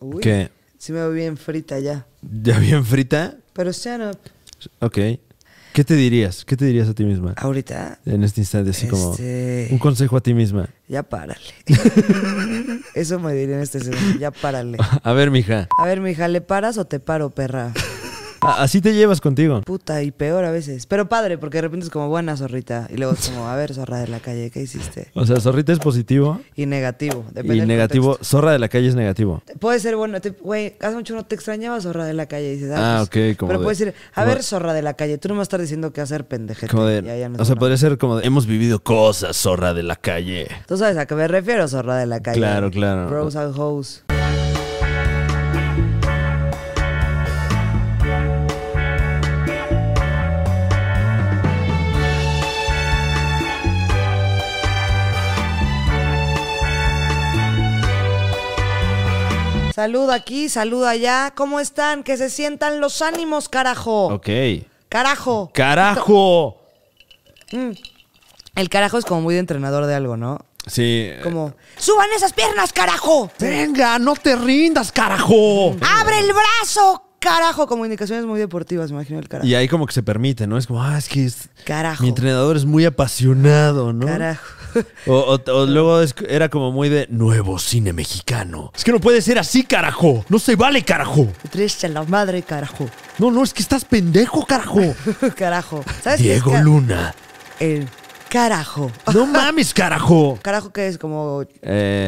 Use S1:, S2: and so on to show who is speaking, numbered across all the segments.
S1: Uy,
S2: ¿Qué?
S1: Sí me veo bien frita ya.
S2: ¿Ya bien frita?
S1: Pero stand up.
S2: Ok. ¿Qué te dirías? ¿Qué te dirías a ti misma?
S1: Ahorita,
S2: En este instante, así como
S1: Este-
S2: un consejo a ti misma.
S1: ya párale. Eso me diría en este segundo. Ya párale.
S2: A ver, mija.
S1: A ver, mija, ¿le paras o te paro, perra?
S2: a- Así te llevas contigo.
S1: Puta, y peor a veces. Pero padre, porque de repente es como buena zorrita. Y luego es como, a ver, zorra de la calle, ¿qué hiciste?
S2: O sea, zorrita es positivo
S1: Y negativo. Depende
S2: y
S1: del
S2: negativo.
S1: contexto.
S2: Zorra de la calle es negativo.
S1: Puede ser bueno, te- güey, hace mucho no te extrañaba zorra de la calle. y dices,
S2: Ah,
S1: pues,
S2: ok, como
S1: Pero
S2: de-
S1: puedes decir, a
S2: como-
S1: ver, zorra de la calle, tú no me vas a estar diciendo qué hacer, pendejete.
S2: Como de-
S1: Ya, ya no es
S2: o sea,
S1: bueno.
S2: podría ser como de, hemos vivido cosas, zorra de la calle.
S1: Tú sabes a qué me refiero, zorra de la calle.
S2: Claro, claro.
S1: Bros and hoes. Salud aquí, salud allá. ¿Cómo están? Que se sientan los ánimos, carajo.
S2: Ok.
S1: Carajo.
S2: ¡Carajo!
S1: El carajo es como muy de entrenador de algo, ¿no?
S2: Sí.
S1: Como, ¡suban esas piernas, carajo!
S2: Venga, no te rindas, carajo.
S1: ¡Abre el brazo! Carajo, como indicaciones muy deportivas, me imagino el carajo.
S2: Y ahí como que se permite, ¿no? Es como, ah, es que es-
S1: Carajo.
S2: mi entrenador es muy apasionado, ¿no?
S1: Carajo.
S2: O, o- o luego es- era como muy de nuevo cine mexicano. Es que no puede ser así, carajo. No se vale, carajo.
S1: Triste la madre, carajo.
S2: No, no, es que estás pendejo, carajo.
S1: Carajo. ¿Sabes qué es
S2: Diego
S1: ca-
S2: Luna.
S1: El carajo.
S2: No mames, carajo. Eh,
S1: Carajo que es como.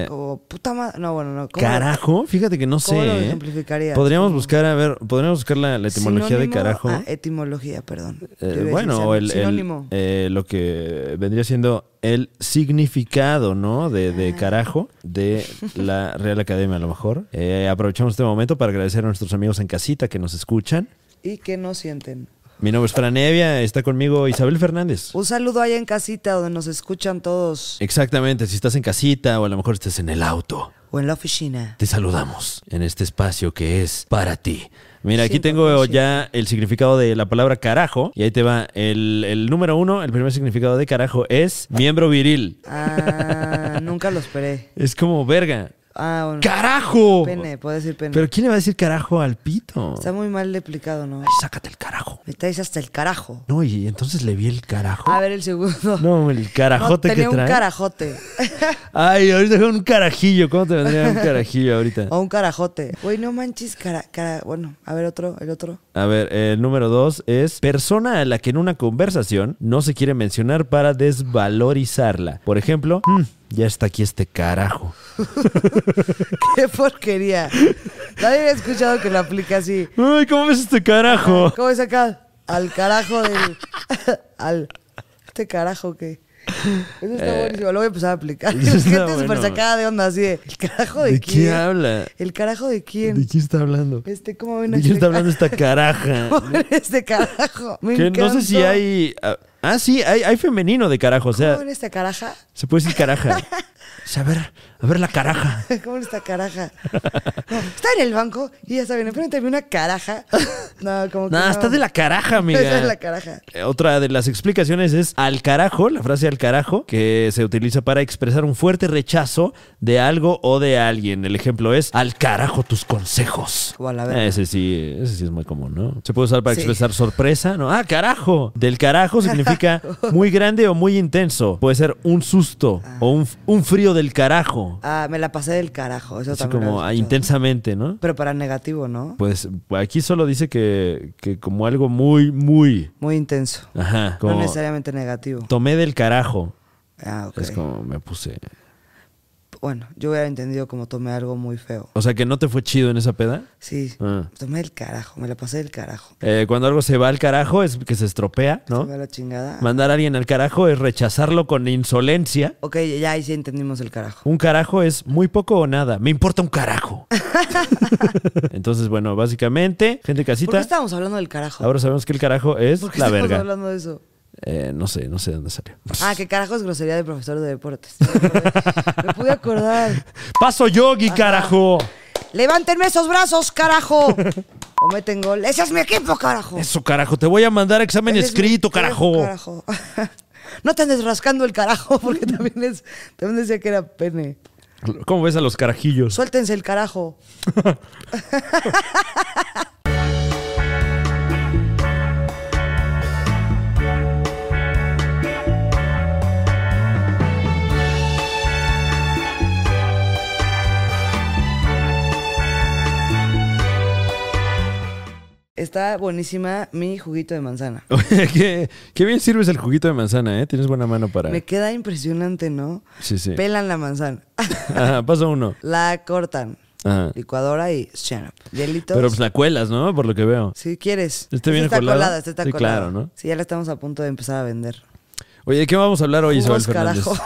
S1: Como puta madre. No, bueno, no. ¿cómo?
S2: carajo, fíjate que no sé.
S1: lo
S2: ¿eh?
S1: ejemplificarías?
S2: Podríamos buscar, a ver, podríamos buscar la, la etimología de
S1: Sinónimo-
S2: carajo.
S1: ah, etimología, perdón. Yo
S2: Eh,
S1: iba a decir
S2: bueno, o
S1: sin-
S2: el, el-
S1: sinónimo.
S2: eh, lo que vendría siendo el significado, ¿no? De,
S1: Ah.
S2: de carajo de la Real Academia, a lo mejor. Eh, aprovechamos este momento para agradecer a nuestros amigos en casita que nos escuchan.
S1: Y que no sienten.
S2: Mi nombre es Fran Evia, está conmigo Isabel Fernández.
S1: Un saludo allá en casita donde nos escuchan todos.
S2: Exactamente, si estás en casita o a lo mejor estás en el auto,
S1: O en la oficina.
S2: te saludamos en este espacio que es para ti. Mira, aquí
S1: 100%.
S2: tengo ya el significado de la palabra carajo y ahí te va. El, el número uno, el primer significado de carajo es miembro viril.
S1: Ah, nunca lo esperé.
S2: Es como verga.
S1: Ah, bueno.
S2: ¡Carajo!
S1: Pene, puedo decir pene.
S2: Pero ¿quién le va a decir carajo al pito?
S1: Está muy mal deplicado, ¿no?
S2: Ay, sácate el carajo.
S1: Me traes hasta el carajo.
S2: No, y entonces le vi el carajo.
S1: A ver el segundo.
S2: No, el
S1: No,
S2: carajote
S1: tenía
S2: que trae.
S1: un carajote.
S2: Ay, ahorita con un carajillo. ¿Cómo te vendría un carajillo ahorita?
S1: o un carajote. Güey, no manches, cara, cara. Bueno, a ver otro, el otro.
S2: A ver, el número dos es persona a la que en una conversación no se quiere mencionar para desvalorizarla. Por ejemplo, "Mm, ya está aquí este carajo.
S1: ¡Qué porquería! Nadie había escuchado que lo aplica así.
S2: Ay, ¿cómo ves este carajo?
S1: ¿Cómo es acá? Al carajo del. al. Este carajo que. Eso está buenísimo, lo voy a empezar a aplicar.
S2: Eh. eso
S1: Gente
S2: está
S1: súper
S2: bueno.
S1: sacada de onda así de. ¿El carajo de,
S2: ¿De
S1: quién?
S2: qué habla?
S1: ¿El carajo de quién?
S2: ¿De quién está hablando?
S1: Este, ¿cómo ven
S2: ¿De quién
S1: este
S2: está hablando esta caraja?
S1: Pobre este carajo. Me
S2: Que no sé si
S1: encantó.
S2: hay. ah, Ah, sí, hay, hay femenino de carajo. O sea,
S1: ¿Cómo en esta caraja?
S2: se puede decir caraja. O sea, a ver, a ver la caraja.
S1: ¿Cómo en esta caraja? No, está en el banco y ya saben, enfrente había una caraja. No, como que.
S2: Nada, está de la caraja, amiga.
S1: Está de la caraja.
S2: Eh, Otra de las explicaciones es al carajo, la frase al carajo, que se utiliza para expresar un fuerte rechazo de algo o de alguien. El ejemplo es al carajo tus consejos.
S1: O a la verga.
S2: Ese sí, ese sí es muy común, ¿no? Se puede usar para
S1: Sí.
S2: expresar sorpresa, ¿no? Ah, carajo. Del carajo significa muy grande o muy intenso. Puede ser un susto o un, un frío del carajo.
S1: Ah, me la pasé del carajo. Eso
S2: Así
S1: también. lo
S2: como
S1: había
S2: ah,
S1: escuchado.
S2: intensamente, ¿no?
S1: Pero para negativo, ¿no?
S2: Pues aquí solo dice que, que como algo muy, muy...
S1: Muy intenso.
S2: Ajá. Como,
S1: No necesariamente negativo.
S2: Tomé del carajo.
S1: Ah, ok.
S2: Es como me puse.
S1: Bueno, yo hubiera entendido como tomé algo muy feo.
S2: O sea, que no te fue chido en esa peda.
S1: Sí.
S2: Ah.
S1: Tomé del carajo, me la pasé del carajo.
S2: Eh, cuando algo se va al carajo es que se estropea,
S1: Se me va
S2: ¿no?
S1: la chingada.
S2: Mandar a alguien al carajo es rechazarlo con insolencia.
S1: Ok, ya ahí sí entendimos el carajo.
S2: Un carajo es muy poco o nada. Me importa un carajo. Entonces, bueno, básicamente, gente
S1: ¿Por qué
S2: casita.
S1: estábamos hablando del carajo?
S2: Ahora sabemos que el carajo es
S1: ¿Por qué
S2: la
S1: estamos
S2: verga.
S1: hablando de eso?
S2: Eh, no sé, no sé de dónde salió.
S1: Ah, que carajo es grosería de profesor de deportes. Me pude acordar.
S2: Paso yogi, carajo.
S1: ¡Levántenme esos brazos, carajo! O meten gol. ¡Ese es mi equipo, carajo!
S2: Eso, carajo. Te voy a mandar examen
S1: Ese es mi
S2: escrito,
S1: equipo, carajo. No te andes rascando el carajo, porque también es. También decía que era pene.
S2: ¿Cómo ves a los carajillos?
S1: Suéltense el carajo. Está buenísima mi juguito de manzana.
S2: Oye, qué, qué bien sirves el juguito de manzana, ¿eh? Tienes buena mano para...
S1: Me queda impresionante, ¿no?
S2: Sí, sí.
S1: Pelan la manzana.
S2: Ajá, paso uno.
S1: La cortan.
S2: Ajá.
S1: Licuadora y shut up. Hielitos.
S2: Pero pues la cuelas, ¿no? Por lo que veo.
S1: si quieres.
S2: ¿Este viene
S1: está
S2: colado?
S1: colada, esta está
S2: Sí,
S1: colada.
S2: claro, ¿no?
S1: Sí, ya la estamos a punto de empezar a vender.
S2: Oye, ¿de qué vamos a hablar hoy, Isabel
S1: Jugos,
S2: Fernández?
S1: carajo.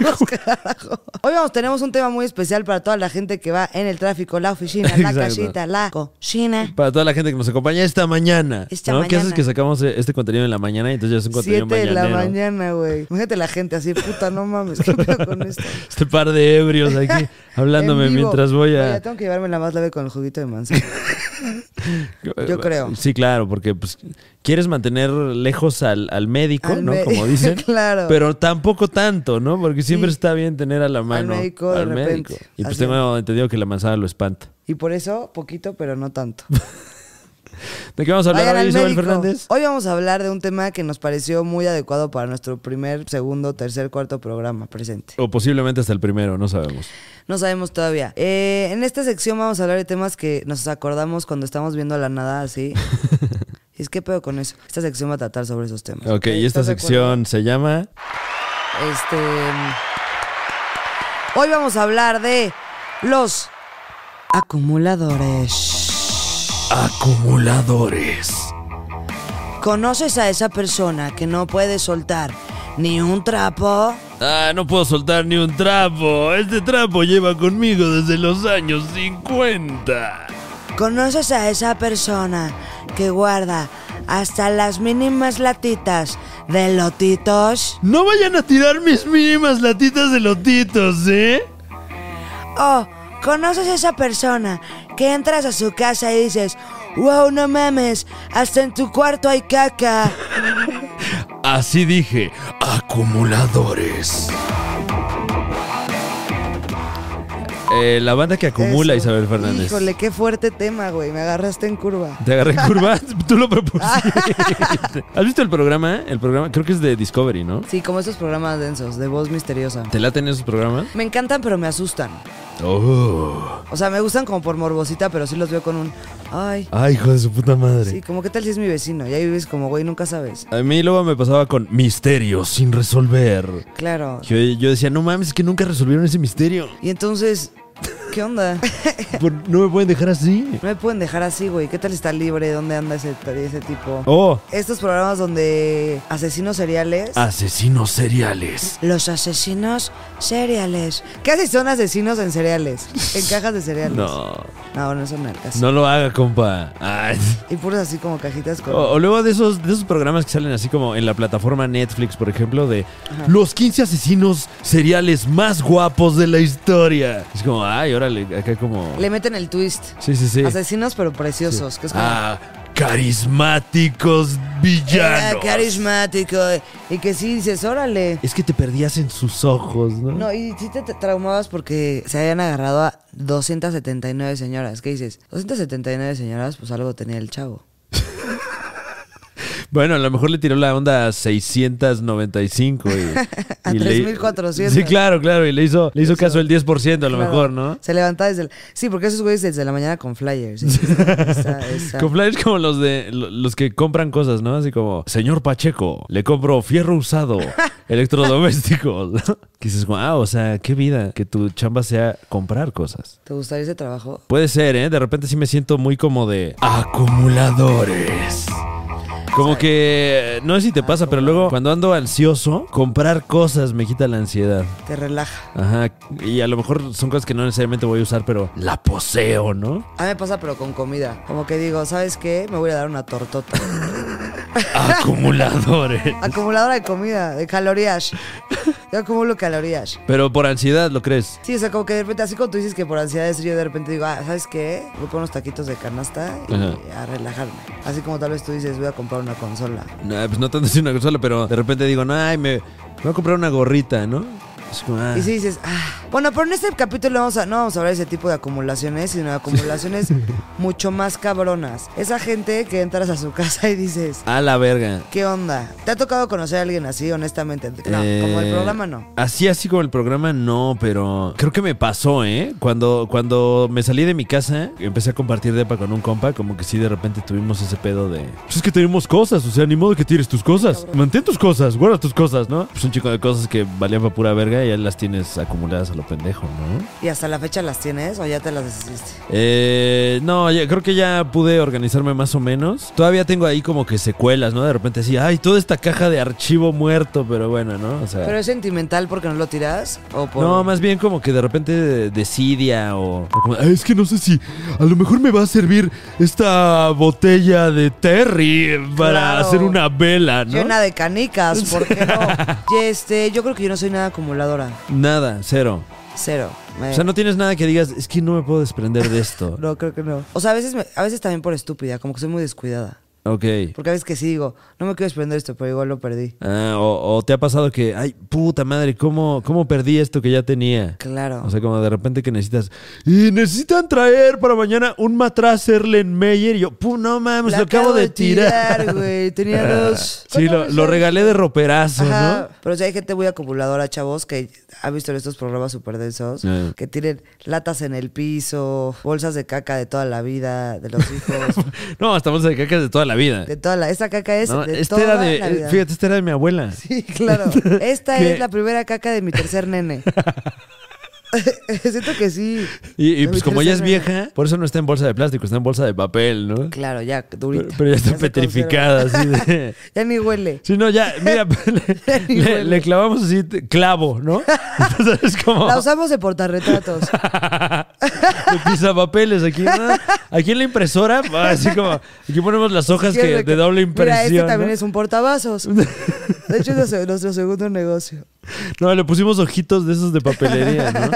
S1: Jugos, carajo. Hoy vamos, tenemos un tema muy especial para toda la gente que va en el tráfico, la oficina, la
S2: Exacto.
S1: casita, la cocina.
S2: Para toda la gente que nos acompaña esta mañana.
S1: Esta
S2: ¿no? ¿Qué
S1: mañana.
S2: haces que sacamos eh, este contenido en la mañana y entonces ya es un contenido
S1: 7 de la
S2: mañanero?
S1: mañana, güey. Imagínate la gente así, puta, no mames, ¿qué pedo con esto?
S2: Este par de ebrios aquí hablándome
S1: En vivo.
S2: mientras voy
S1: Oye,
S2: a...
S1: tengo que llevarme la más leve con el juguito de manzana. yo creo.
S2: Eh, Sí, claro, porque pues, quieres mantener lejos al, al médico,
S1: Al
S2: ¿no?
S1: me-
S2: Como dicen.
S1: Claro.
S2: Pero tampoco tanto, ¿no? Porque siempre
S1: Sí.
S2: está bien tener a la mano
S1: médico de repente.
S2: médico. Y pues
S1: Así
S2: tengo entendido que la manzana lo espanta.
S1: Y por eso, poquito, pero no tanto.
S2: ¿De qué vamos a hablar
S1: Vayan
S2: hoy,
S1: al
S2: Isabel
S1: médico.
S2: Fernández?
S1: Hoy vamos a hablar de un tema que nos pareció muy adecuado para nuestro primer, segundo, tercer, cuarto programa presente.
S2: O posiblemente hasta el primero, no sabemos.
S1: No sabemos todavía. Eh, en esta sección vamos a hablar de temas que nos acordamos cuando estamos viendo a la nada así. Y es que pedo con eso. Esta sección va a tratar sobre esos temas.
S2: Ok, y esta
S1: ¿Estás de acuerdo?
S2: sección se llama...
S1: Este. Hoy vamos a hablar de los acumuladores.
S2: Acumuladores.
S1: ¿Conoces a esa persona que no puede soltar ni un trapo?
S2: Ah, no puedo soltar ni un trapo. Este trapo lleva conmigo desde los años 50.
S1: ¿Conoces a esa persona que guarda hasta las mínimas latitas de lotitos?
S2: No vayan a tirar mis mínimas latitas de lotitos, ¿eh?
S1: ¿O Oh, conoces a esa persona que entras a su casa y dices, wow, no mames, hasta en tu cuarto hay caca?
S2: Así dije, acumuladores. Eh, la banda que acumula
S1: Eso.
S2: Isabel Fernández.
S1: Híjole, qué fuerte tema, güey. Me agarraste en curva.
S2: Te agarré en curva, tú lo propusiste. ¿Has visto el programa? El programa creo que es de Discovery, ¿no?
S1: Sí, como esos programas densos, de voz misteriosa.
S2: ¿Te laten esos programas?
S1: Me encantan, pero me asustan.
S2: Oh.
S1: O sea, me gustan como por morbosita, pero sí los veo con un. Ay.
S2: Ay, hijo de su puta madre.
S1: Sí, como qué tal si es mi vecino. Y ahí vives como, güey, nunca sabes.
S2: A mí luego me pasaba con misterios sin resolver.
S1: Claro.
S2: Yo, yo decía, no mames, es que nunca resolvieron ese misterio.
S1: Y entonces, ¿qué onda?
S2: Por- No me pueden dejar así.
S1: No me pueden dejar así, güey. ¿Qué tal está libre? ¿Dónde anda ese, ese tipo?
S2: Oh,
S1: Estos programas donde asesinos seriales.
S2: Ah. asesinos seriales.
S1: Los asesinos cereales. Casi son asesinos en cereales. En cajas de cereales.
S2: No,
S1: No, no son narcas.
S2: no lo haga, compa. Ay.
S1: Y puras así como cajitas con.
S2: O, o luego de esos, de esos programas que salen así como en la plataforma Netflix, por ejemplo, de los 15 asesinos seriales más guapos de la historia. Es como, ay, órale, acá como...
S1: Le meten el twist.
S2: Sí, sí, sí.
S1: Asesinos, pero preciosos. Que es como.
S2: Ah, carismáticos
S1: "Era
S2: villanos.
S1: carismático. Y que sí dices, órale.
S2: Es que te perdías en sus ojos, ¿no?
S1: No, y sí te, te traumabas porque se habían agarrado a 279 señoras. ¿Qué dices? 279 señoras, pues algo tenía el chavo.
S2: Bueno, a lo mejor le tiró la onda a 695 y,
S1: A
S2: y le-
S1: 3,400.
S2: Sí, claro, claro, y le hizo, le hizo caso el 10% a lo
S1: Claro.
S2: mejor, ¿no?
S1: Se levantaba desde el... Sí, porque esos güeyes desde la mañana con flyers. Está- está-
S2: Con flyers como los de lo- los que compran cosas, ¿no? Así como, señor Pacheco, le compro fierro usado, electrodomésticos. ¿no? Que dices, wow, o sea, qué vida, que tu chamba sea comprar cosas.
S1: ¿Te gustaría ese trabajo?
S2: Puede ser, ¿eh? De repente sí me siento muy como de acumuladores. Como que, no sé si te pasa, pero luego cuando ando ansioso, comprar cosas me quita la ansiedad.
S1: Te relaja.
S2: Ajá, y a lo mejor son cosas que no necesariamente voy a usar, pero la poseo, ¿no?
S1: A mí me pasa, pero con comida. Como que digo, ¿sabes qué? Me voy a dar una tortota.
S2: Acumuladores.
S1: Acumuladora de comida, de calorías. Yo acumulo calorías.
S2: Pero por ansiedad, ¿lo crees?
S1: Sí, o sea, como que de repente, así como tú dices que por ansiedades, yo de repente digo, ah, ¿sabes qué? Voy por unos taquitos de canasta y
S2: Ajá.
S1: a relajarme. Así como tal vez tú dices, voy a comprar una consola.
S2: No, pues no tanto así una consola, pero de repente digo, no, ay, me me voy a comprar una gorrita, ¿no? Es como, ah,
S1: Y si dices, ah, Bueno, pero en este capítulo vamos a- no vamos a hablar de ese tipo de acumulaciones, sino de acumulaciones mucho más cabronas. Esa gente que entras a su casa y dices,
S2: A la verga.
S1: ¿Qué onda? ¿Te ha tocado conocer a alguien así, honestamente? No,
S2: Eh,
S1: como el programa no.
S2: Así, así como el programa, no, pero creo que me pasó, ¿eh? Cuando, cuando me salí de mi casa, empecé a compartir depa con un compa, como que sí, de repente tuvimos ese pedo de... Pues es que tenemos cosas, o sea, ni modo que tires tus cosas. Mantén tus cosas, guarda tus cosas, ¿no? Pues un chico de cosas que valían para pura verga y ya las tienes acumuladas a lo pendejo, ¿no?
S1: ¿Y hasta la fecha las tienes o ya te las deshiciste?
S2: Eh, no, ya- creo que ya pude organizarme más o menos. Todavía tengo ahí como que secuelas, ¿no? De repente así, ay, toda esta caja de archivo muerto, pero bueno, ¿no? O sea...
S1: ¿Pero es sentimental porque no lo tiras? ¿O por...
S2: No, más bien como que de repente decidia o, o como, "Ah, es que no sé si a lo mejor me va a servir esta botella de Terry para
S1: Claro.
S2: hacer una vela, ¿no?
S1: Llena de canicas, ¿por qué no? Y este, yo creo que yo no soy nada acumuladora.
S2: Nada, cero.
S1: Cero. Me-
S2: O sea, no tienes nada que digas, es que no me puedo desprender de esto.
S1: No, creo que no. O sea, a veces, me- a veces también por estúpida, como que soy muy descuidada.
S2: ok.
S1: Porque a veces que sí digo, no me quiero desprender esto, pero igual lo perdí.
S2: Ah, o, o te ha pasado que, ay, puta madre, ¿cómo, cómo perdí esto que ya tenía?
S1: Claro.
S2: O sea, como de repente que necesitas. Y necesitan traer para mañana un matraz Erlenmeyer. Y yo, pu, no mames,
S1: La
S2: pues lo acabo, de tirar.
S1: güey. Tenía dos.
S2: Sí, lo, lo regalé de roperazo,
S1: Ajá,
S2: ¿no?
S1: Pero si hay gente muy acumuladora, chavos, que ha visto en estos programas súper densos,
S2: Eh.
S1: que tienen latas en el piso, bolsas de caca de toda la vida, de los hijos,
S2: No, hasta bolsas de cacas de toda la vida.
S1: de toda la... Esta caca es
S2: No,
S1: de
S2: esta
S1: toda
S2: era
S1: la
S2: de.
S1: vida.
S2: Fíjate, esta era de mi abuela.
S1: Sí, claro. Esta
S2: Que-
S1: es la primera caca de mi tercer nene. Siento que sí.
S2: Y,
S1: De
S2: y
S1: mi
S2: pues como ella es
S1: tercer nene.
S2: vieja, por eso no está en bolsa de plástico, está en bolsa de papel, ¿no?
S1: Claro, ya,
S2: Pero,
S1: durita.
S2: pero ya está
S1: se
S2: petrificada, así
S1: conserva.
S2: de.
S1: ya ni huele.
S2: Si no, ya, mira, pues, le, le- le clavamos así, t- clavo, ¿no? Entonces es como.
S1: La usamos de portarretratos.
S2: de pisapapeles aquí, ¿no? Aquí en la impresora, así como. Aquí ponemos las hojas
S1: Quiero
S2: que, de doble impresión.
S1: Mira, este también
S2: ¿no?
S1: es un portavasos. De hecho, es nuestro- nuestro segundo negocio.
S2: No, le pusimos ojitos de esos de papelería, ¿no?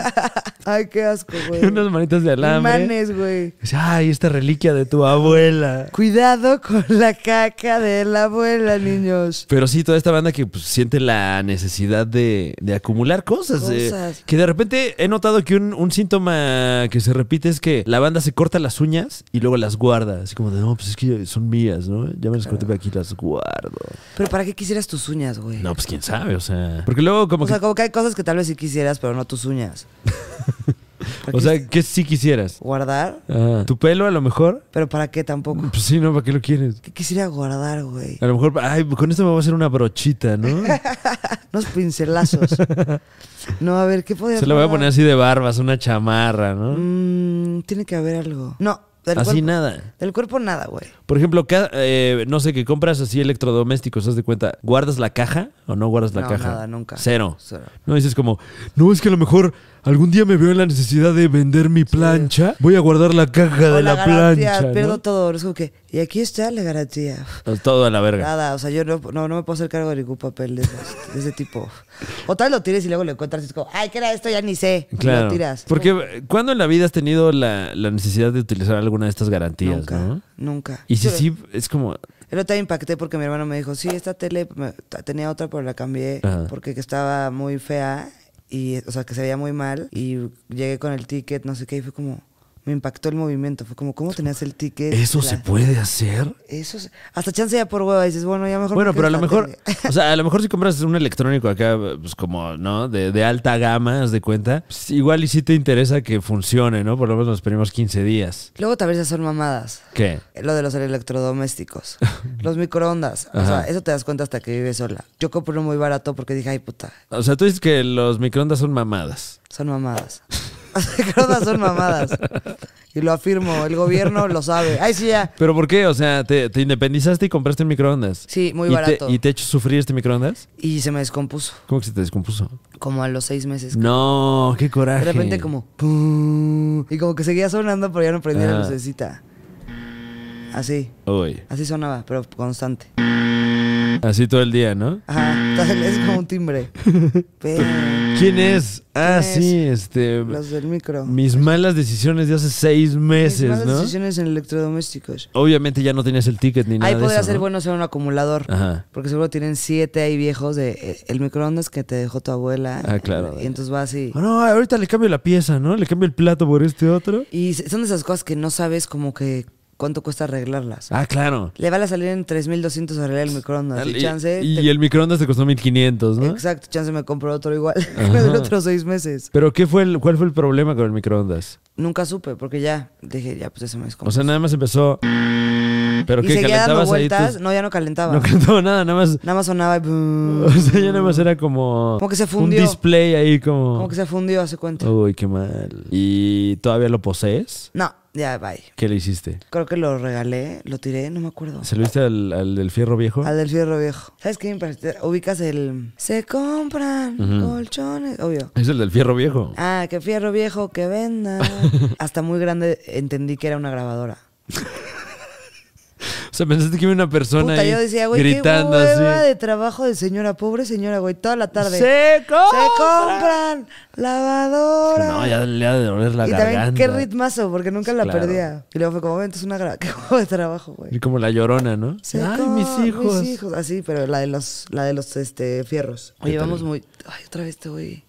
S1: Ay, qué asco, güey.
S2: Y unas manitas de alambre.
S1: pues, Imanes, güey.
S2: Dice, Ay, esta reliquia de tu abuela.
S1: Cuidado con la caca de la abuela, niños.
S2: Pero sí, toda esta banda que pues, siente la necesidad de, de acumular cosas. eh,
S1: Cosas.
S2: que de repente he notado que un, un síntoma que se repite es que la banda se corta las uñas y luego las guarda. Así como de, no, pues es que son mías, ¿no? Ya me las corté, pero aquí las guardo.
S1: Pero ¿para qué quisieras tus uñas, güey?
S2: No, pues quién sabe, o sea. Porque luego como
S1: O
S2: que...
S1: sea, como que hay cosas que tal vez sí quisieras, pero no tus uñas.
S2: o sea, que sí quisieras.
S1: ¿Guardar?
S2: Ah, tu pelo a lo mejor.
S1: ¿Pero para qué tampoco?
S2: Pues sí, ¿no? ¿Para qué lo quieres?
S1: ¿Qué quisiera guardar, güey?
S2: A lo mejor, ay, con esto me voy a hacer una brochita, ¿no?
S1: Unos pincelazos. No, a ver, ¿qué podría
S2: Se la voy a poner
S1: guardar?
S2: así de barbas, una chamarra, ¿no?
S1: Mm, tiene que haber algo. No, del
S2: Así
S1: cuerpo.
S2: nada.
S1: Del cuerpo nada, güey.
S2: Por ejemplo, ca- eh, no sé, que compras así electrodomésticos, haz de cuenta, ¿guardas la caja o no guardas la
S1: No,
S2: caja?
S1: nada, nunca.
S2: Cero.
S1: Cero.
S2: No dices como, no, es que a lo mejor algún día me veo en la necesidad de vender mi plancha, voy a guardar la caja
S1: O
S2: de la,
S1: garantía,
S2: plancha. ¿no? Pues
S1: pierdo todo. Es como que, y aquí está la garantía.
S2: Todo a la verga.
S1: Nada, o sea, yo no, no, no me puedo hacer cargo de ningún papel de, esos- de ese tipo. O tal vez lo tires y luego lo encuentras y es como, ay, ¿qué era esto? Ya ni sé. Y
S2: Claro.
S1: lo tiras.
S2: Porque, eh, ¿cuándo en la vida has tenido la, la necesidad de utilizar alguna de estas garantías,
S1: nunca,
S2: no?
S1: nunca.
S2: Y si
S1: Yo-
S2: sí, es como,
S1: El otro día impacté porque mi hermano me dijo, sí, esta tele, me- t- tenía otra pero la cambié
S2: Ajá.
S1: porque que estaba muy fea y, o sea, que se veía muy mal y llegué con el ticket, no sé qué, y fue como, me impactó el movimiento. Fue como, ¿cómo tenías el ticket?
S2: ¿eso se
S1: La-
S2: puede hacer?
S1: Eso es- hasta chance ya por hueva dices, bueno, ya mejor.
S2: Bueno,
S1: me
S2: pero a lo
S1: quedo
S2: mejor,
S1: en la tele.
S2: o sea, a lo mejor si compras un electrónico acá, pues como, ¿no? De, de alta gama, haz de cuenta. pues, igual y si te interesa que funcione, ¿no? Por lo menos los primeros 15 días.
S1: Luego tal vez ya son mamadas.
S2: ¿Qué?
S1: Lo de los electrodomésticos, los microondas. O sea,
S2: Ajá.
S1: eso te das cuenta hasta que vives sola. Yo compré uno muy barato porque dije, ay puta,
S2: O sea, tú dices que los microondas son mamadas.
S1: son mamadas. Los microondas son mamadas. Y lo afirmo, el gobierno lo sabe. Ay, sí, ya.
S2: ¿Pero por qué? O sea, ¿te, te independizaste y compraste un microondas?
S1: Sí, muy
S2: ¿Y te-
S1: barato.
S2: ¿Y te hecho sufrir este microondas?
S1: Y se me descompuso,
S2: ¿Cómo que se te descompuso?
S1: como a los seis meses.
S2: No, qué
S1: De
S2: coraje.
S1: repente como... "Pum", Y como que seguía sonando, pero ya no prendía la
S2: Ah.
S1: lucecita. Así,
S2: Uy,
S1: así sonaba, pero constante.
S2: así todo el día, ¿no?
S1: Ajá, es como un timbre. Pero-
S2: ¿Quién es? Ah,
S1: ¿Quién
S2: sí, este.
S1: Los del micro.
S2: Mis malas decisiones de hace seis
S1: Mis
S2: meses,
S1: malas
S2: ¿no?
S1: decisiones en electrodomésticos.
S2: Obviamente ya no tenías el ticket ni nada.
S1: Ahí
S2: de
S1: podría
S2: eso,
S1: ser
S2: ¿no?
S1: bueno ser un acumulador.
S2: Ajá.
S1: Porque seguro tienen siete ahí viejos de eh, el microondas que te dejó tu abuela.
S2: Ah, claro.
S1: Y entonces vas y.
S2: Ah, no, ahorita le cambio la pieza, ¿no? Le cambio el plato por este otro.
S1: Y son de esas cosas que no sabes como que cuánto cuesta arreglarlas.
S2: Ah, claro.
S1: Le vale a salir en 3.200 arreglar el microondas. Y,
S2: y,
S1: chance.
S2: y
S1: te-
S2: el microondas te costó 1500, ¿no?
S1: Exacto, chance me compro otro igual. Me dura otros seis meses.
S2: Pero qué fue el, ¿cuál fue el problema con el microondas?
S1: Nunca supe, porque ya dije, ya, pues eso me es como.
S2: O sea, nada más empezó. Pero
S1: y
S2: que
S1: seguía dando
S2: calentabas ahí tus-
S1: vueltas. No, ya no calentaba.
S2: No cantaba nada, nada más.
S1: Nada más sonaba y.
S2: O sea, ya nada más era como.
S1: Como que se fundió.
S2: Un display Oh. ahí como.
S1: Como que se fundió, hace cuenta.
S2: Uy, qué mal. ¿Y todavía lo posees?
S1: No, ya, bye.
S2: ¿Qué le hiciste?
S1: Creo que lo regalé, lo tiré, no me acuerdo.
S2: ¿Se lo diste al, al del fierro viejo?
S1: Al del fierro viejo. ¿Sabes qué? me parece? Ubicas el. Se compran colchones, obvio.
S2: Es el del fierro viejo.
S1: Ah, que fierro viejo que venda. Hasta muy grande entendí que era una grabadora.
S2: O sea, pensaste que iba una persona
S1: Puta,
S2: ahí
S1: yo decía, güey, qué
S2: gritando
S1: hueva
S2: así.
S1: de trabajo de señora, pobre señora, güey, toda la tarde.
S2: ¡Se
S1: Se
S2: compra!
S1: compran lavadora.
S2: No, ya le ha de doler la
S1: y
S2: garganta.
S1: también qué ritmazo, porque nunca la
S2: Claro.
S1: perdía. Y luego fue como, "Ven, esto es una gra... qué huevo de trabajo, güey.
S2: Y como la llorona, ¿no?
S1: Se
S2: Ay,
S1: com-
S2: mis hijos.
S1: Mis hijos, así, pero la de los, la de los este, fierros. Oye, vamos muy. Ay, otra vez te voy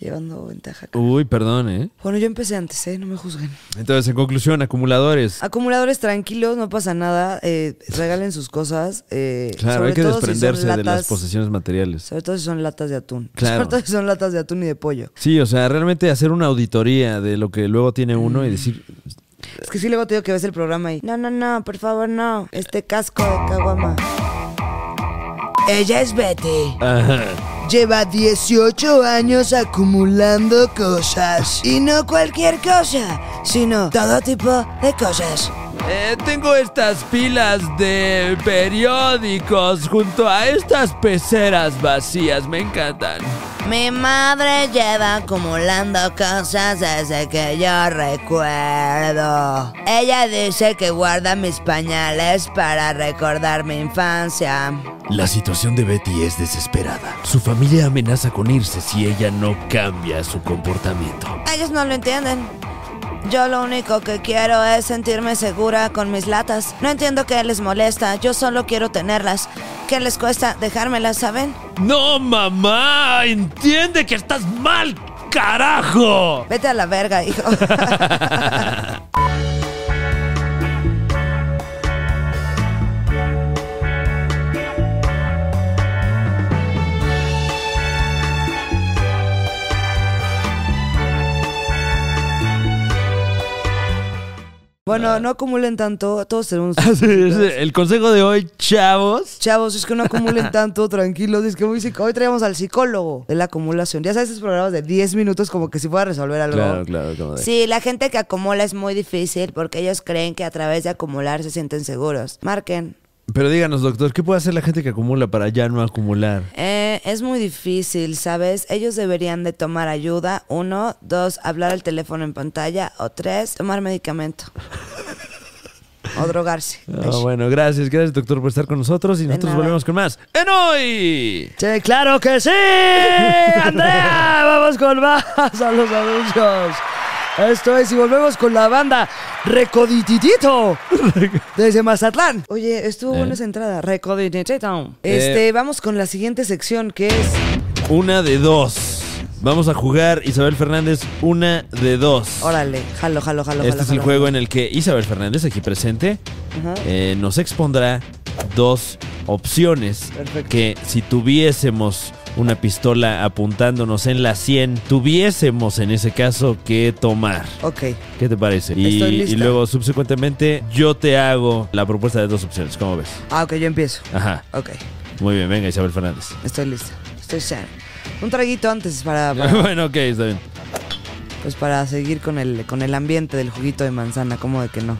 S1: llevando ventaja. acá.
S2: Uy, perdón, ¿eh?
S1: Bueno, yo empecé antes, ¿eh? No me juzguen.
S2: Entonces, en conclusión, acumuladores.
S1: Acumuladores tranquilos, no pasa nada. eh, regalen sus cosas. eh,
S2: Claro,
S1: sobre
S2: hay que
S1: todo si son
S2: desprenderse de las
S1: latas-
S2: posesiones materiales.
S1: Sobre todo si son latas de atún.
S2: Claro.
S1: Sobre todo si son latas de atún y de pollo.
S2: Sí, o sea, realmente hacer una auditoría de lo que luego tiene uno y decir,
S1: Es que sí luego te digo que ves el programa y... No, no, no, por favor, no. Este casco de caguama. Ella es Betty.
S2: Ajá.
S1: Lleva 18 años acumulando cosas. Y no cualquier cosa, sino todo tipo de cosas.
S2: Eh, tengo estas pilas de periódicos junto a estas peceras vacías, me encantan.
S1: Mi madre lleva acumulando cosas desde que yo recuerdo. Ella dice que guarda mis pañales para recordar mi infancia.
S2: La situación de Betty es desesperada. Su familia amenaza con irse si ella no cambia su comportamiento.
S1: Ellos no lo entienden. Yo lo único que quiero es sentirme segura con mis latas. No entiendo que les molesta, yo solo quiero tenerlas. ¿Qué les cuesta dejármelas, saben?
S2: ¡No, mamá! ¡Entiende que estás mal, carajo!
S1: Vete a la verga, hijo. Bueno, no acumulen tanto, todos tenemos...
S2: Así es, el consejo de hoy, chavos.
S1: Chavos, es que no acumulen tanto, tranquilos. Es que muy psico- Hoy traíamos al psicólogo de la acumulación. Ya sabes, esos programas de 10 minutos como que si pueda resolver algo.
S2: claro, como
S1: Sí, la gente que acumula es muy difícil porque ellos creen que a través de acumular se sienten seguros. Marquen.
S2: Pero díganos, doctor, ¿qué puede hacer la gente que acumula para ya no acumular?
S1: Eh, es muy difícil, ¿sabes? Ellos deberían de tomar ayuda. Uno, dos, hablar al teléfono en pantalla. O tres, tomar medicamento. o drogarse.
S2: Ah, bueno, gracias, gracias, doctor, por estar con nosotros y nosotros
S1: nada.
S2: volvemos con más en hoy.
S1: Sí, claro que sí, Andrea. Vamos con más a los anuncios. Esto es, y volvemos con la banda Recodititito desde Mazatlán. Eh. Oye, estuvo buena esa entrada. Recodititito. Este, vamos con la siguiente sección que es.
S2: Una de dos. Vamos a jugar, Isabel Fernández, una de dos.
S1: Órale, jalo, jalo, jalo.
S2: Este
S1: jalo,
S2: es el
S1: jalo.
S2: juego en el que Isabel Fernández, aquí presente,
S1: Ajá.
S2: eh, nos expondrá dos opciones
S1: Perfecto.
S2: que si tuviésemos una pistola apuntándonos en la 100, tuviésemos en ese caso que tomar.
S1: Ok.
S2: ¿Qué te parece? Y,
S1: Estoy lista.
S2: y luego, subsecuentemente, yo te hago la propuesta de dos opciones. ¿Cómo ves?
S1: Ah, ok, yo empiezo.
S2: Ajá.
S1: Ok,
S2: Muy bien, venga, Isabel Fernández.
S1: estoy lista. Estoy sana. Un traguito antes para, para-
S2: bueno, ok, está bien.
S1: pues para seguir con el, con el ambiente del juguito de manzana, como de que no.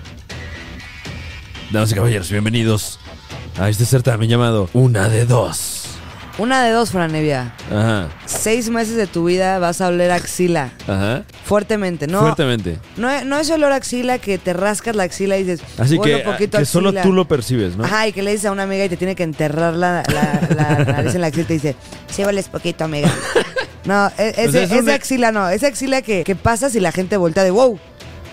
S2: Damas y caballeros, bienvenidos a este certamen llamado Una de Dos.
S1: Una de dos, Franevia.
S2: Ajá,
S1: Seis meses de tu vida vas a oler axila.
S2: ajá.
S1: Fuertemente, ¿no?
S2: Fuertemente.
S1: No, no es olor a axila que te rascas la axila y dices,
S2: Así
S1: "Huele
S2: que,
S1: un poquito a
S2: que solo
S1: axila".
S2: tú lo percibes, ¿no?
S1: Ajá, y que le dices a una amiga y te tiene que enterrar la, la- la nariz en la axila y te dice, sí, hueles poquito, amiga. No, e- ese,
S2: O sea, es
S1: esa
S2: una-
S1: axila no. Esa axila que, que pasa si la gente voltea de wow.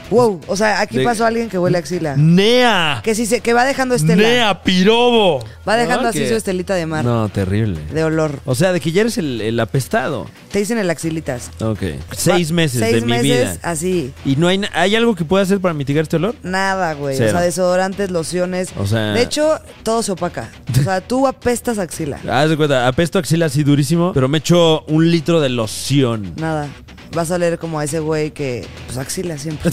S1: Wow. O sea, aquí
S2: De-
S1: pasó alguien que huele a axila.
S3: Nea.
S1: Que si se, que va dejando estela.
S3: Nea, pirobo.
S1: Va dejando
S2: No,
S1: así
S2: que-
S1: su estelita de mar.
S2: No, terrible.
S1: De olor.
S2: O sea, de que ya eres el, el apestado.
S1: Te dicen el axilitas.
S2: Ok. Seis
S1: Va-
S2: meses
S1: seis
S2: de mi
S1: meses
S2: vida.
S1: así.
S2: ¿Y no hay, na- hay algo que pueda hacer para mitigar este olor?
S1: Nada, güey. O
S2: Cero.
S1: sea, desodorantes, lociones.
S2: O sea-
S1: De hecho, todo se opaca. O sea, tú apestas axila.
S2: Haz de cuenta, apesto axila así durísimo, pero me echo un litro de loción.
S1: Nada. Vas a leer como a ese güey que. Pues axila siempre.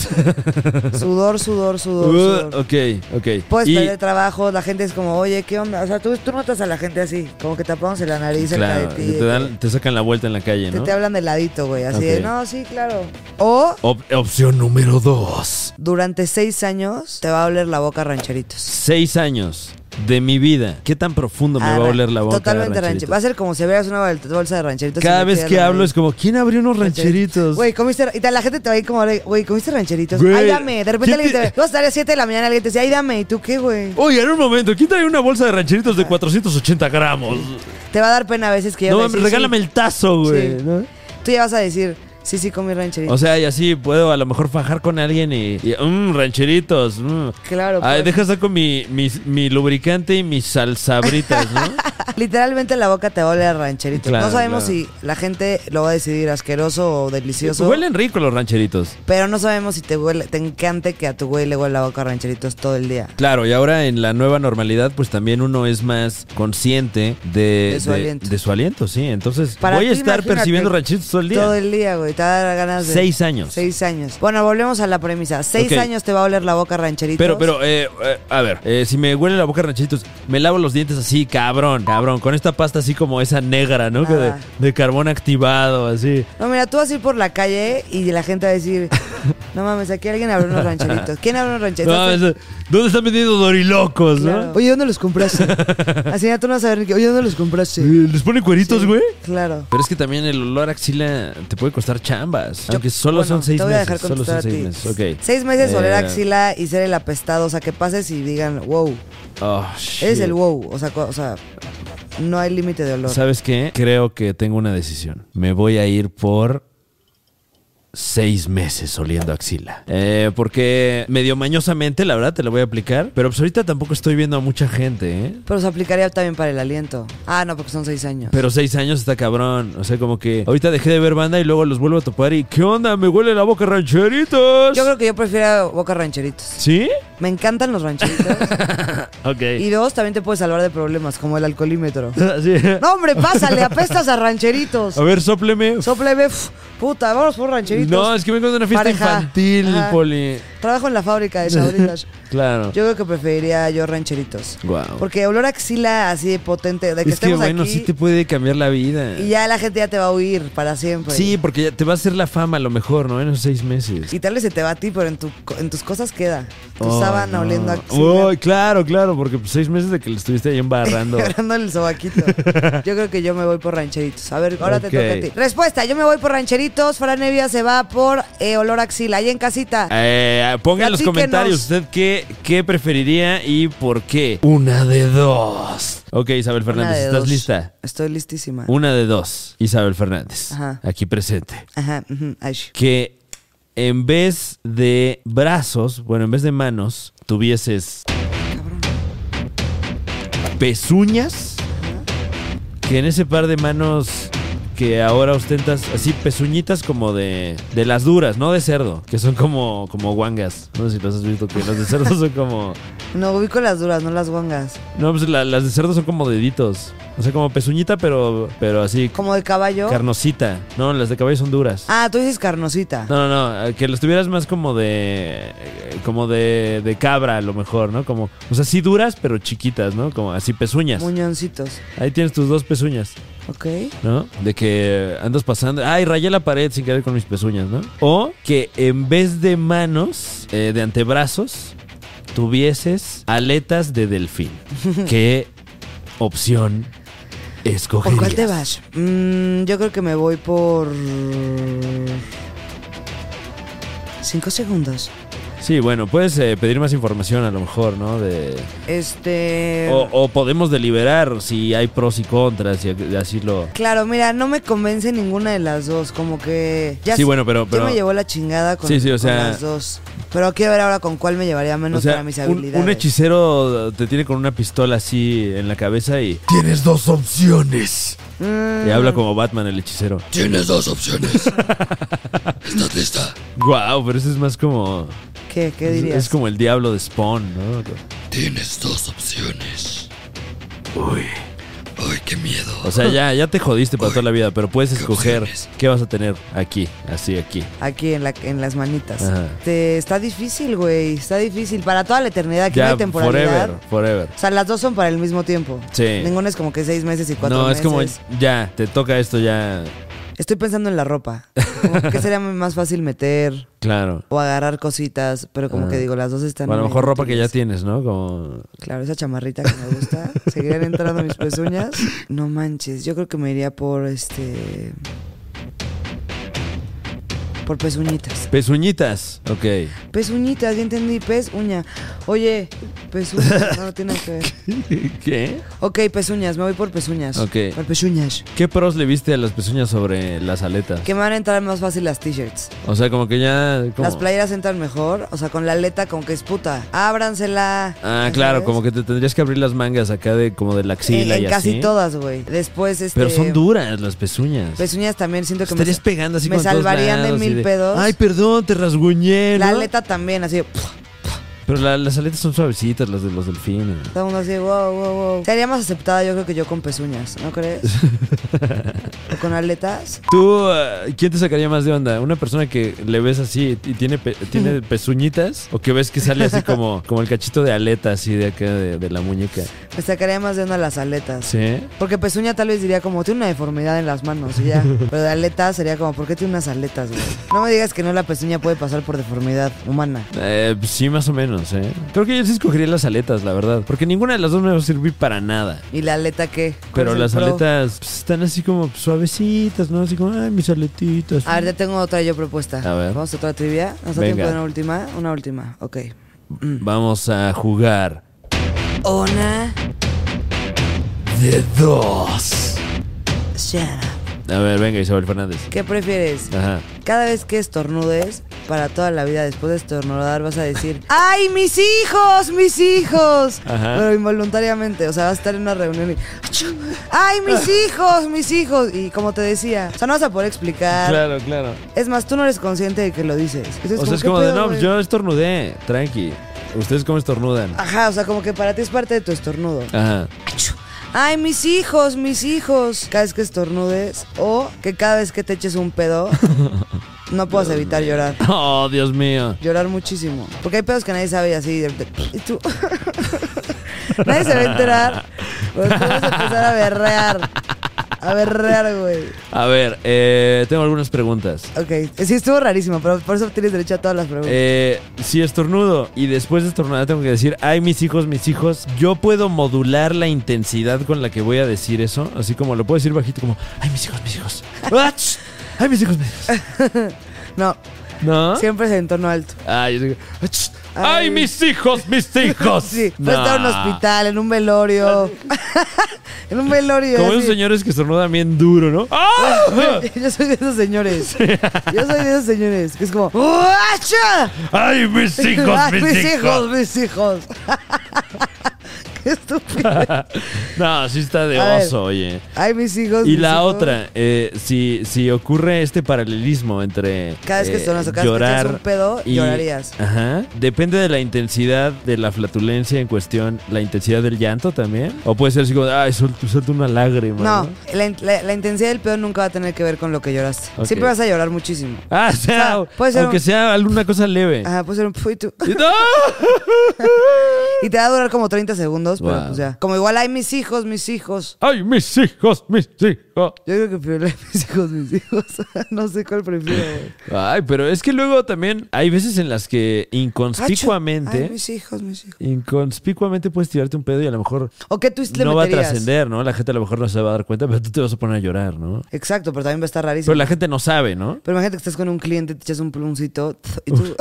S1: sudor, sudor, sudor,
S2: Uh,
S1: sudor.
S2: ok, ok.
S1: Puedes
S2: Y-
S1: perder trabajo, la gente es como, oye, ¿qué onda? O sea, tú, tú notas a la gente así, como que tapamos en la nariz
S2: claro,
S1: cerca de ti.
S2: te, dan- te sacan la vuelta en la calle,
S1: te-
S2: ¿no?
S1: te hablan de ladito, güey, así de,
S2: Ok.
S1: no, sí, claro. O
S2: Op- opción número dos.
S1: durante seis años te va a oler la boca a rancheritos.
S2: Seis años de mi vida. ¿Qué tan profundo me
S1: Ah,
S2: va a oler la boca? de
S1: Totalmente ranchero.
S2: rancherito?
S1: Va a ser como si veas una bol- bolsa de rancheritos. y
S2: Cada
S1: le
S2: vez
S1: tiras
S2: que
S1: la
S2: hablo
S1: nariz.
S2: es como, ¿quién abrió unos rancheritos?
S1: Güey, comiste. Y ta- la gente te va a ir como, güey, comiste rancheritos.
S2: Güey,
S1: Ay, dame. De repente
S2: ¿quién
S1: alguien te
S2: te-
S1: ve. Tú vas a estar a las 7 de la mañana, alguien te dice, ay, dame. ¿Y tú qué, güey?
S2: Oye, en un momento, ¿quién trae una bolsa de rancheritos
S1: Ah.
S2: de 480 gramos?
S1: Te va a dar pena a veces que ya
S2: No,
S1: vas a
S2: mames,
S1: decir,
S2: regálame el tazo,
S1: sí,
S2: güey.
S1: sí. Tú ya vas a decir, sí, sí, comí rancheritos.
S2: O sea, y así puedo a lo mejor fajar con alguien y. y, mm, rancheritos. mm.
S1: Claro,
S2: Ay,
S1: pues.
S2: deja saco mi, mi, mi lubricante y mis salsabritas, ¿no?
S1: Literalmente la boca te va a oler a rancherito.
S2: Claro,
S1: no sabemos
S2: claro.
S1: si la gente lo va a decidir asqueroso o delicioso.
S2: Huelen rico los rancheritos.
S1: Pero no sabemos si te huele, te encante que a tu güey le huele la boca a rancheritos todo el día.
S2: Claro, y ahora en la nueva normalidad, pues también uno es más consciente de,
S1: De su aliento.
S2: de su aliento, sí. Entonces,
S1: Para
S2: voy a
S1: ti,
S2: estar
S1: imagínate,
S2: percibiendo ranchitos todo el día.
S1: Todo el día, güey. Te va a dar ganas de.
S2: Seis años.
S1: Seis años. Bueno, volvemos a la premisa. Seis
S2: Ok.
S1: años te va a oler la boca a rancheritos.
S2: Pero, pero, eh, eh, a ver, eh, si me huele la boca ranchitos, me lavo los dientes así, cabrón, cabrón, con esta pasta así como esa negra, ¿no? Que de,
S1: Ajá.
S2: de carbón activado, así.
S1: No, mira, tú vas a ir por la calle y la gente va a decir: No mames, aquí alguien abrió unos rancheritos. ¿Quién abrió unos rancheritos?
S2: No, eso- Ah, ¿Dónde están vendiendo dorilocos,
S1: Claro.
S2: no?
S1: Oye, ¿dónde los compraste? Así ya tú no vas a ver. Oye, ¿dónde los compraste?
S2: Eh, ¿Les ponen cueritos, güey?
S1: Claro.
S2: Pero es que también el olor a axila te puede costar chambas. aunque solo
S1: Bueno,
S2: son seis
S1: te voy a
S2: meses.
S1: dejar
S2: solo
S1: contestar
S2: son
S1: a
S2: seis
S1: ti.
S2: meses. Ok.
S1: Seis meses oler
S2: Eh,
S1: axila y ser el apestado. O sea, que pases y digan, wow,
S2: Oh, shit.
S1: eres el wow. O sea, co- o sea no hay límite de olor.
S2: ¿Sabes qué? Creo que tengo una decisión. Me voy a ir por seis meses oliendo axila. Eh, porque medio mañosamente, la verdad, te la voy a aplicar. Pero pues ahorita tampoco estoy viendo a mucha gente, ¿eh?
S1: Pero se aplicaría también para el aliento. Ah, no, porque son seis años.
S2: Pero seis años está cabrón. O sea, como que ahorita dejé de ver banda y luego los vuelvo a topar y ¿qué onda? Me huele la boca rancheritos.
S1: Yo creo que yo prefiero boca rancheritos.
S2: ¿Sí?
S1: Me encantan los rancheritos.
S2: Ok.
S1: y dos, también te puede salvar de problemas, como el alcoholímetro.
S2: Sí.
S1: No, hombre, pásale, apestas a rancheritos.
S2: A ver, sopleme.
S1: Sopleme, pf, puta, vamos por rancheritos.
S2: No, es que vengo de una fiesta
S1: Pareja.
S2: infantil,
S1: Ajá.
S2: Poli.
S1: Trabajo en la fábrica de sabritas.
S2: Claro.
S1: Yo creo que preferiría yo rancheritos.
S2: Guau.
S1: Porque olor a axila así de potente, de que
S2: es que,
S1: estemos
S2: bueno,
S1: aquí
S2: sí te puede cambiar la vida.
S1: y ya la gente ya te va a huir para siempre.
S2: Sí, porque ya te va a hacer la fama a lo mejor, ¿no? En los seis meses.
S1: Y tal vez se te va a ti, pero en, tu, co- en tus cosas queda. Tu
S2: Ay,
S1: sábana
S2: no.
S1: oliendo a axila.
S2: Uy, claro, claro, porque pues, seis meses de que le estuviste ahí embarrando.
S1: agarrándole el sobaquito. Yo creo que yo me voy por rancheritos. A ver, ahora te
S2: Ok.
S1: toca a ti. Respuesta, yo me voy por rancheritos. Fran Evia se va por eh, olor a axila. Ahí en casita.
S2: Eh, ponga en los
S1: Platíquenos.
S2: comentarios usted qué, qué preferiría y por qué. Una de dos. Ok, Isabel
S1: Una
S2: Fernández,
S1: de
S2: ¿estás
S1: dos.
S2: lista?
S1: Estoy listísima.
S2: Una de dos, Isabel Fernández.
S1: Ajá.
S2: Aquí presente.
S1: Ajá, ujú, ay.
S2: que en vez de brazos, bueno, en vez de manos, tuvieses pezuñas, que en ese par de manos que ahora ostentas, así pezuñitas como de, de las duras, no de cerdo, que son como, como guangas. No sé si los has visto, que las de cerdo son como...
S1: No, ubico las duras, no las guangas.
S2: No, pues la- las de cerdo son como deditos. O sea, como pezuñita, pero, pero así,
S1: Como de caballo.
S2: carnosita. No, las de caballo son duras.
S1: ah, tú dices carnosita.
S2: No, no, no, eh, que los tuvieras más como de. eh, como de, de cabra, a lo mejor, ¿no? Como. O sea, sí duras, pero chiquitas, ¿no? Como así pezuñas.
S1: Muñoncitos.
S2: Ahí tienes tus dos pezuñas,
S1: Ok.
S2: ¿no? De que andas pasando. Ay, rayé la pared sin querer con mis pezuñas, ¿no? O que en vez de manos, eh, de antebrazos, tuvieses aletas de delfín. ¿Qué opción
S1: ¿Por
S2: escogerías?
S1: cuál te vas? Mm, yo creo que me voy por. Cinco segundos.
S2: Sí, bueno, puedes eh, pedir más información a lo mejor, ¿no? De,
S1: Este.
S2: o, o podemos deliberar si hay pros y contras y así lo...
S1: Claro, mira, no me convence ninguna de las dos. Como que. Ya
S2: Sí,
S1: sé-
S2: bueno, pero-
S1: ya
S2: pero-
S1: me llevó la chingada con,
S2: Sí, sí, o
S1: con
S2: sea-
S1: las dos. Pero quiero ver ahora con cuál me llevaría menos
S2: O sea,
S1: para mis
S2: un,
S1: habilidades.
S2: un hechicero te tiene con una pistola así en la cabeza y...
S4: Tienes dos opciones.
S1: Mm,
S2: y habla como Batman el hechicero.
S4: Tienes dos opciones. ¿Estás lista?
S2: Guau, pero eso es más como...
S1: ¿Qué, qué
S2: es-
S1: dirías?
S2: Es, como el diablo de Spawn, ¿no?
S4: Tienes dos opciones. Uy. Ay, qué miedo.
S2: O sea, ya, ya te jodiste para toda la vida, pero puedes escoger
S4: opciones?
S2: qué vas a tener aquí, así aquí.
S1: Aquí en, la, en las manitas.
S2: Ajá.
S1: Este, está difícil, güey. Está difícil. Para toda la eternidad. Aquí no
S2: Ya,
S1: hay temporalidad.
S2: forever, forever.
S1: O sea, las dos son para el mismo tiempo.
S2: Sí.
S1: Ninguna es como que seis meses y cuatro
S2: No, es
S1: meses.
S2: como ya, te toca esto ya,
S1: Estoy pensando en la ropa. Como que sería más fácil meter
S2: claro.
S1: o agarrar cositas, pero como
S2: Ah.
S1: que digo, las dos están.
S2: O a lo
S1: muy
S2: mejor ropa que ya
S1: útiles.
S2: tienes, ¿no? Como
S1: Claro, esa chamarrita que me gusta. Seguirían entrando mis pezuñas. No manches, yo creo que me iría por este. Por pezuñitas.
S2: pezuñitas. Ok.
S1: Pezuñitas, ya entendí, pezuña. Oye, pezuñas, no, no tiene nada que ver.
S2: ¿Qué?
S1: Ok, pezuñas, me voy por pezuñas.
S2: Ok.
S1: Por pezuñas.
S2: ¿Qué pros le viste a las pezuñas sobre las aletas?
S1: Que me van a entrar más fácil las t-shirts.
S2: O sea, como que ya... ¿cómo?
S1: Las playeras entran mejor, o sea, con la aleta como que es puta. Ábransela.
S2: Ah,
S1: ¿ya
S2: claro,
S1: sabes?
S2: como que te tendrías que abrir las mangas acá de como de la
S1: en,
S2: axila
S1: en
S2: y
S1: casi
S2: así.
S1: todas, güey. Después, este.
S2: Pero son duras las pezuñas.
S1: Pezuñas también siento que me.
S2: Estarías pegando así
S1: me
S2: con todos
S1: salvarían de
S2: lados y
S1: mil pedos.
S2: Ay, perdón, te rasguñé,
S1: La
S2: ¿no?"
S1: aleta también, así. puf,
S2: Pero la- las aletas son suavecitas, las de los delfines.
S1: todo el mundo así, wow, wow, wow. Sería más aceptada, yo creo que yo con pezuñas, ¿no crees? o con aletas.
S2: ¿Tú, eh, quién te sacaría más de onda? ¿Una persona que le ves así y tiene, pe- tiene pezuñitas? ¿O que ves que sale así como, como el cachito de aleta así de acá de, de la muñeca?
S1: Me sacaría más de una las aletas.
S2: ¿Sí?
S1: Porque pezuña tal vez diría como, tiene una deformidad en las manos y ya. Pero de aletas sería como, ¿por qué tiene unas aletas, güey? No me digas que no la pezuña puede pasar por deformidad humana.
S2: Eh, pues sí, más o menos, ¿eh? Creo que yo sí escogería las aletas, la verdad. Porque ninguna de las dos me va a servir para nada.
S1: ¿Y la aleta qué? ¿Cuál
S2: Pero
S1: es el
S2: las
S1: pro?
S2: aletas pues, están así como suavecitas, ¿no? Así como, ay, mis aletitas.
S1: A ver, ya tengo otra yo propuesta.
S2: A ver.
S1: Vamos a otra trivia. ¿Nos da
S2: Venga.
S1: tiempo de una última? Una última, ok. mm.
S2: Vamos a jugar
S1: Una,
S2: de dos.
S1: shut up.
S2: A ver, venga, Isabel Fernández.
S1: ¿Qué prefieres?
S2: Ajá.
S1: Cada vez que estornudes, para toda la vida después de estornudar vas a decir, ¡ay, mis hijos, mis hijos!
S2: Ajá.
S1: Pero involuntariamente, o sea, vas a estar en una reunión y, ¡ay, mis hijos, mis hijos! Y como te decía, o sea, no vas a poder explicar.
S2: Claro, claro.
S1: Es más, tú no eres consciente de que lo dices. Entonces,
S2: O sea, es
S1: ¿qué
S2: como de,
S1: pedo,
S2: no, pues,
S1: güey?"
S2: yo estornudé, tranqui. ¿Ustedes cómo estornudan?
S1: Ajá, o sea, como que para ti es parte de tu estornudo.
S2: Ajá.
S1: Ay, mis hijos, mis hijos. Cada vez que estornudes o que cada vez que te eches un pedo, no puedas evitar llorar.
S2: Oh, Dios mío.
S1: Llorar muchísimo. Porque hay pedos que nadie sabe y así. de repente, y tú. nadie se va a enterar. Pero tú vas a empezar a berrear. A berrear, güey.
S2: A ver, eh, tengo algunas preguntas.
S1: Ok. Sí, estuvo rarísimo, pero por eso tienes derecho a todas las preguntas.
S2: Eh, si estornudo y después de estornudar tengo que decir, ay, mis hijos, mis hijos, yo puedo modular la intensidad con la que voy a decir eso. Así como lo puedo decir bajito, como, ay, mis hijos, mis hijos. ¡Ach! ¡Ay, mis hijos, mis hijos!
S1: no,
S2: ¿No?
S1: siempre es en tono alto.
S2: Ay, yo digo, "Ach,
S1: Ay.
S2: ay, mis hijos, mis hijos.
S1: Sí, puedes estar en un
S2: Nah.
S1: hospital, en un velorio. en un velorio.
S2: Como
S1: así.
S2: esos señores que estornudan bien duro, ¿no? ¡Ah!
S1: Yo soy de esos señores. Yo soy de esos señores. Que es como. ¡Uacha!
S2: ¡Ay, mis hijos,
S1: Ay,
S2: mis, hijos!
S1: mis hijos. Qué estúpido.
S2: No, sí está de
S1: A ver.
S2: oso, oye.
S1: Ay, mis hijos.
S2: Y
S1: mis
S2: la
S1: hijos.
S2: otra, eh, si, si ocurre este paralelismo entre
S1: Cada vez que
S2: eh,
S1: sonas o cada vez que te echas un pedo, llorarías.
S2: Ajá. Depende de la intensidad de la flatulencia en cuestión, la intensidad del llanto también. O puede ser así como, ay, sol- suelta una lágrima.
S1: No, la, in- la- la intensidad del pedo nunca va a tener que ver con lo que lloraste.
S2: Ok.
S1: Siempre vas a llorar muchísimo.
S2: Ah, o sea,
S1: O sea, puede ser
S2: aunque
S1: un- Ah.
S2: sea alguna cosa leve.
S1: Ajá, pues, puede ser un puito.
S2: ¡No!
S1: Y te va a durar como 30 segundos, pero
S2: Wow.
S1: pues ya. Como igual, ay, mis hijos, mis hijos.
S2: ¡Ay, mis hijos, mis hijos!
S1: Yo creo que prefiero la de mis hijos, mis hijos. no sé cuál prefiero. güey.
S2: Ay, pero es que luego también hay veces en las que
S1: Ah, Ay,
S2: Pues, inconspicuamente,
S1: mis hijos, mis hijos.
S2: inconspicuamente puedes tirarte un pedo y a lo mejor
S1: ¿O qué twist le
S2: no va a
S1: meterías?
S2: trascender, ¿no? La gente a lo mejor no se va a dar cuenta, pero tú te vas a poner a llorar, ¿no?
S1: Exacto, pero también va a estar rarísimo.
S2: Pero la gente no sabe, ¿no?
S1: Pero imagínate que estás con un cliente, te echas un pluncito y tú.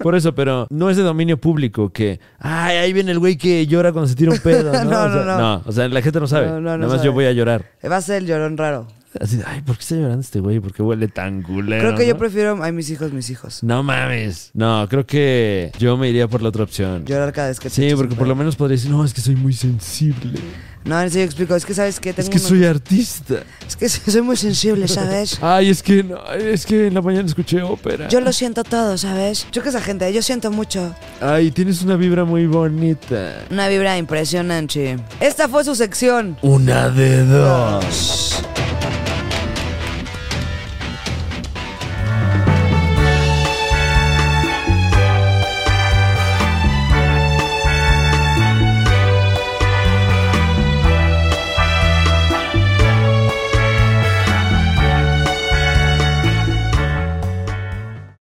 S2: Por eso, pero no es de dominio público que, ay, ahí viene el güey que llora cuando se tira un pedo. No,
S1: No,
S2: o sea,
S1: no, no.
S2: o sea, la gente no sabe.
S1: No, no, no
S2: Nada más
S1: sabe.
S2: yo voy a llorar.
S1: Va a ser el llorón raro.
S2: Así, ay, ¿por qué está llorando este güey? ¿Por qué huele tan culero?
S1: Creo que
S2: no?
S1: yo prefiero a mis hijos, mis hijos.
S2: No mames. No, creo que yo me iría por la otra opción.
S1: Llorar cada vez que te
S2: Sí,
S1: echas un
S2: porque por lo
S1: pedo.
S2: menos podría decir, no, es que soy muy sensible.
S1: No, en serio explico. Es que, ¿sabes qué? Tengo
S2: es que
S1: unos-
S2: soy artista.
S1: Es que soy muy sensible, ¿sabes?
S2: Ay, es que no, es que en la mañana escuché ópera.
S1: Yo lo siento todo, ¿sabes? Yo que esa gente, yo siento mucho.
S2: Ay, tienes una vibra muy bonita.
S1: Una vibra impresionante. Esta fue su sección.
S2: Una de dos.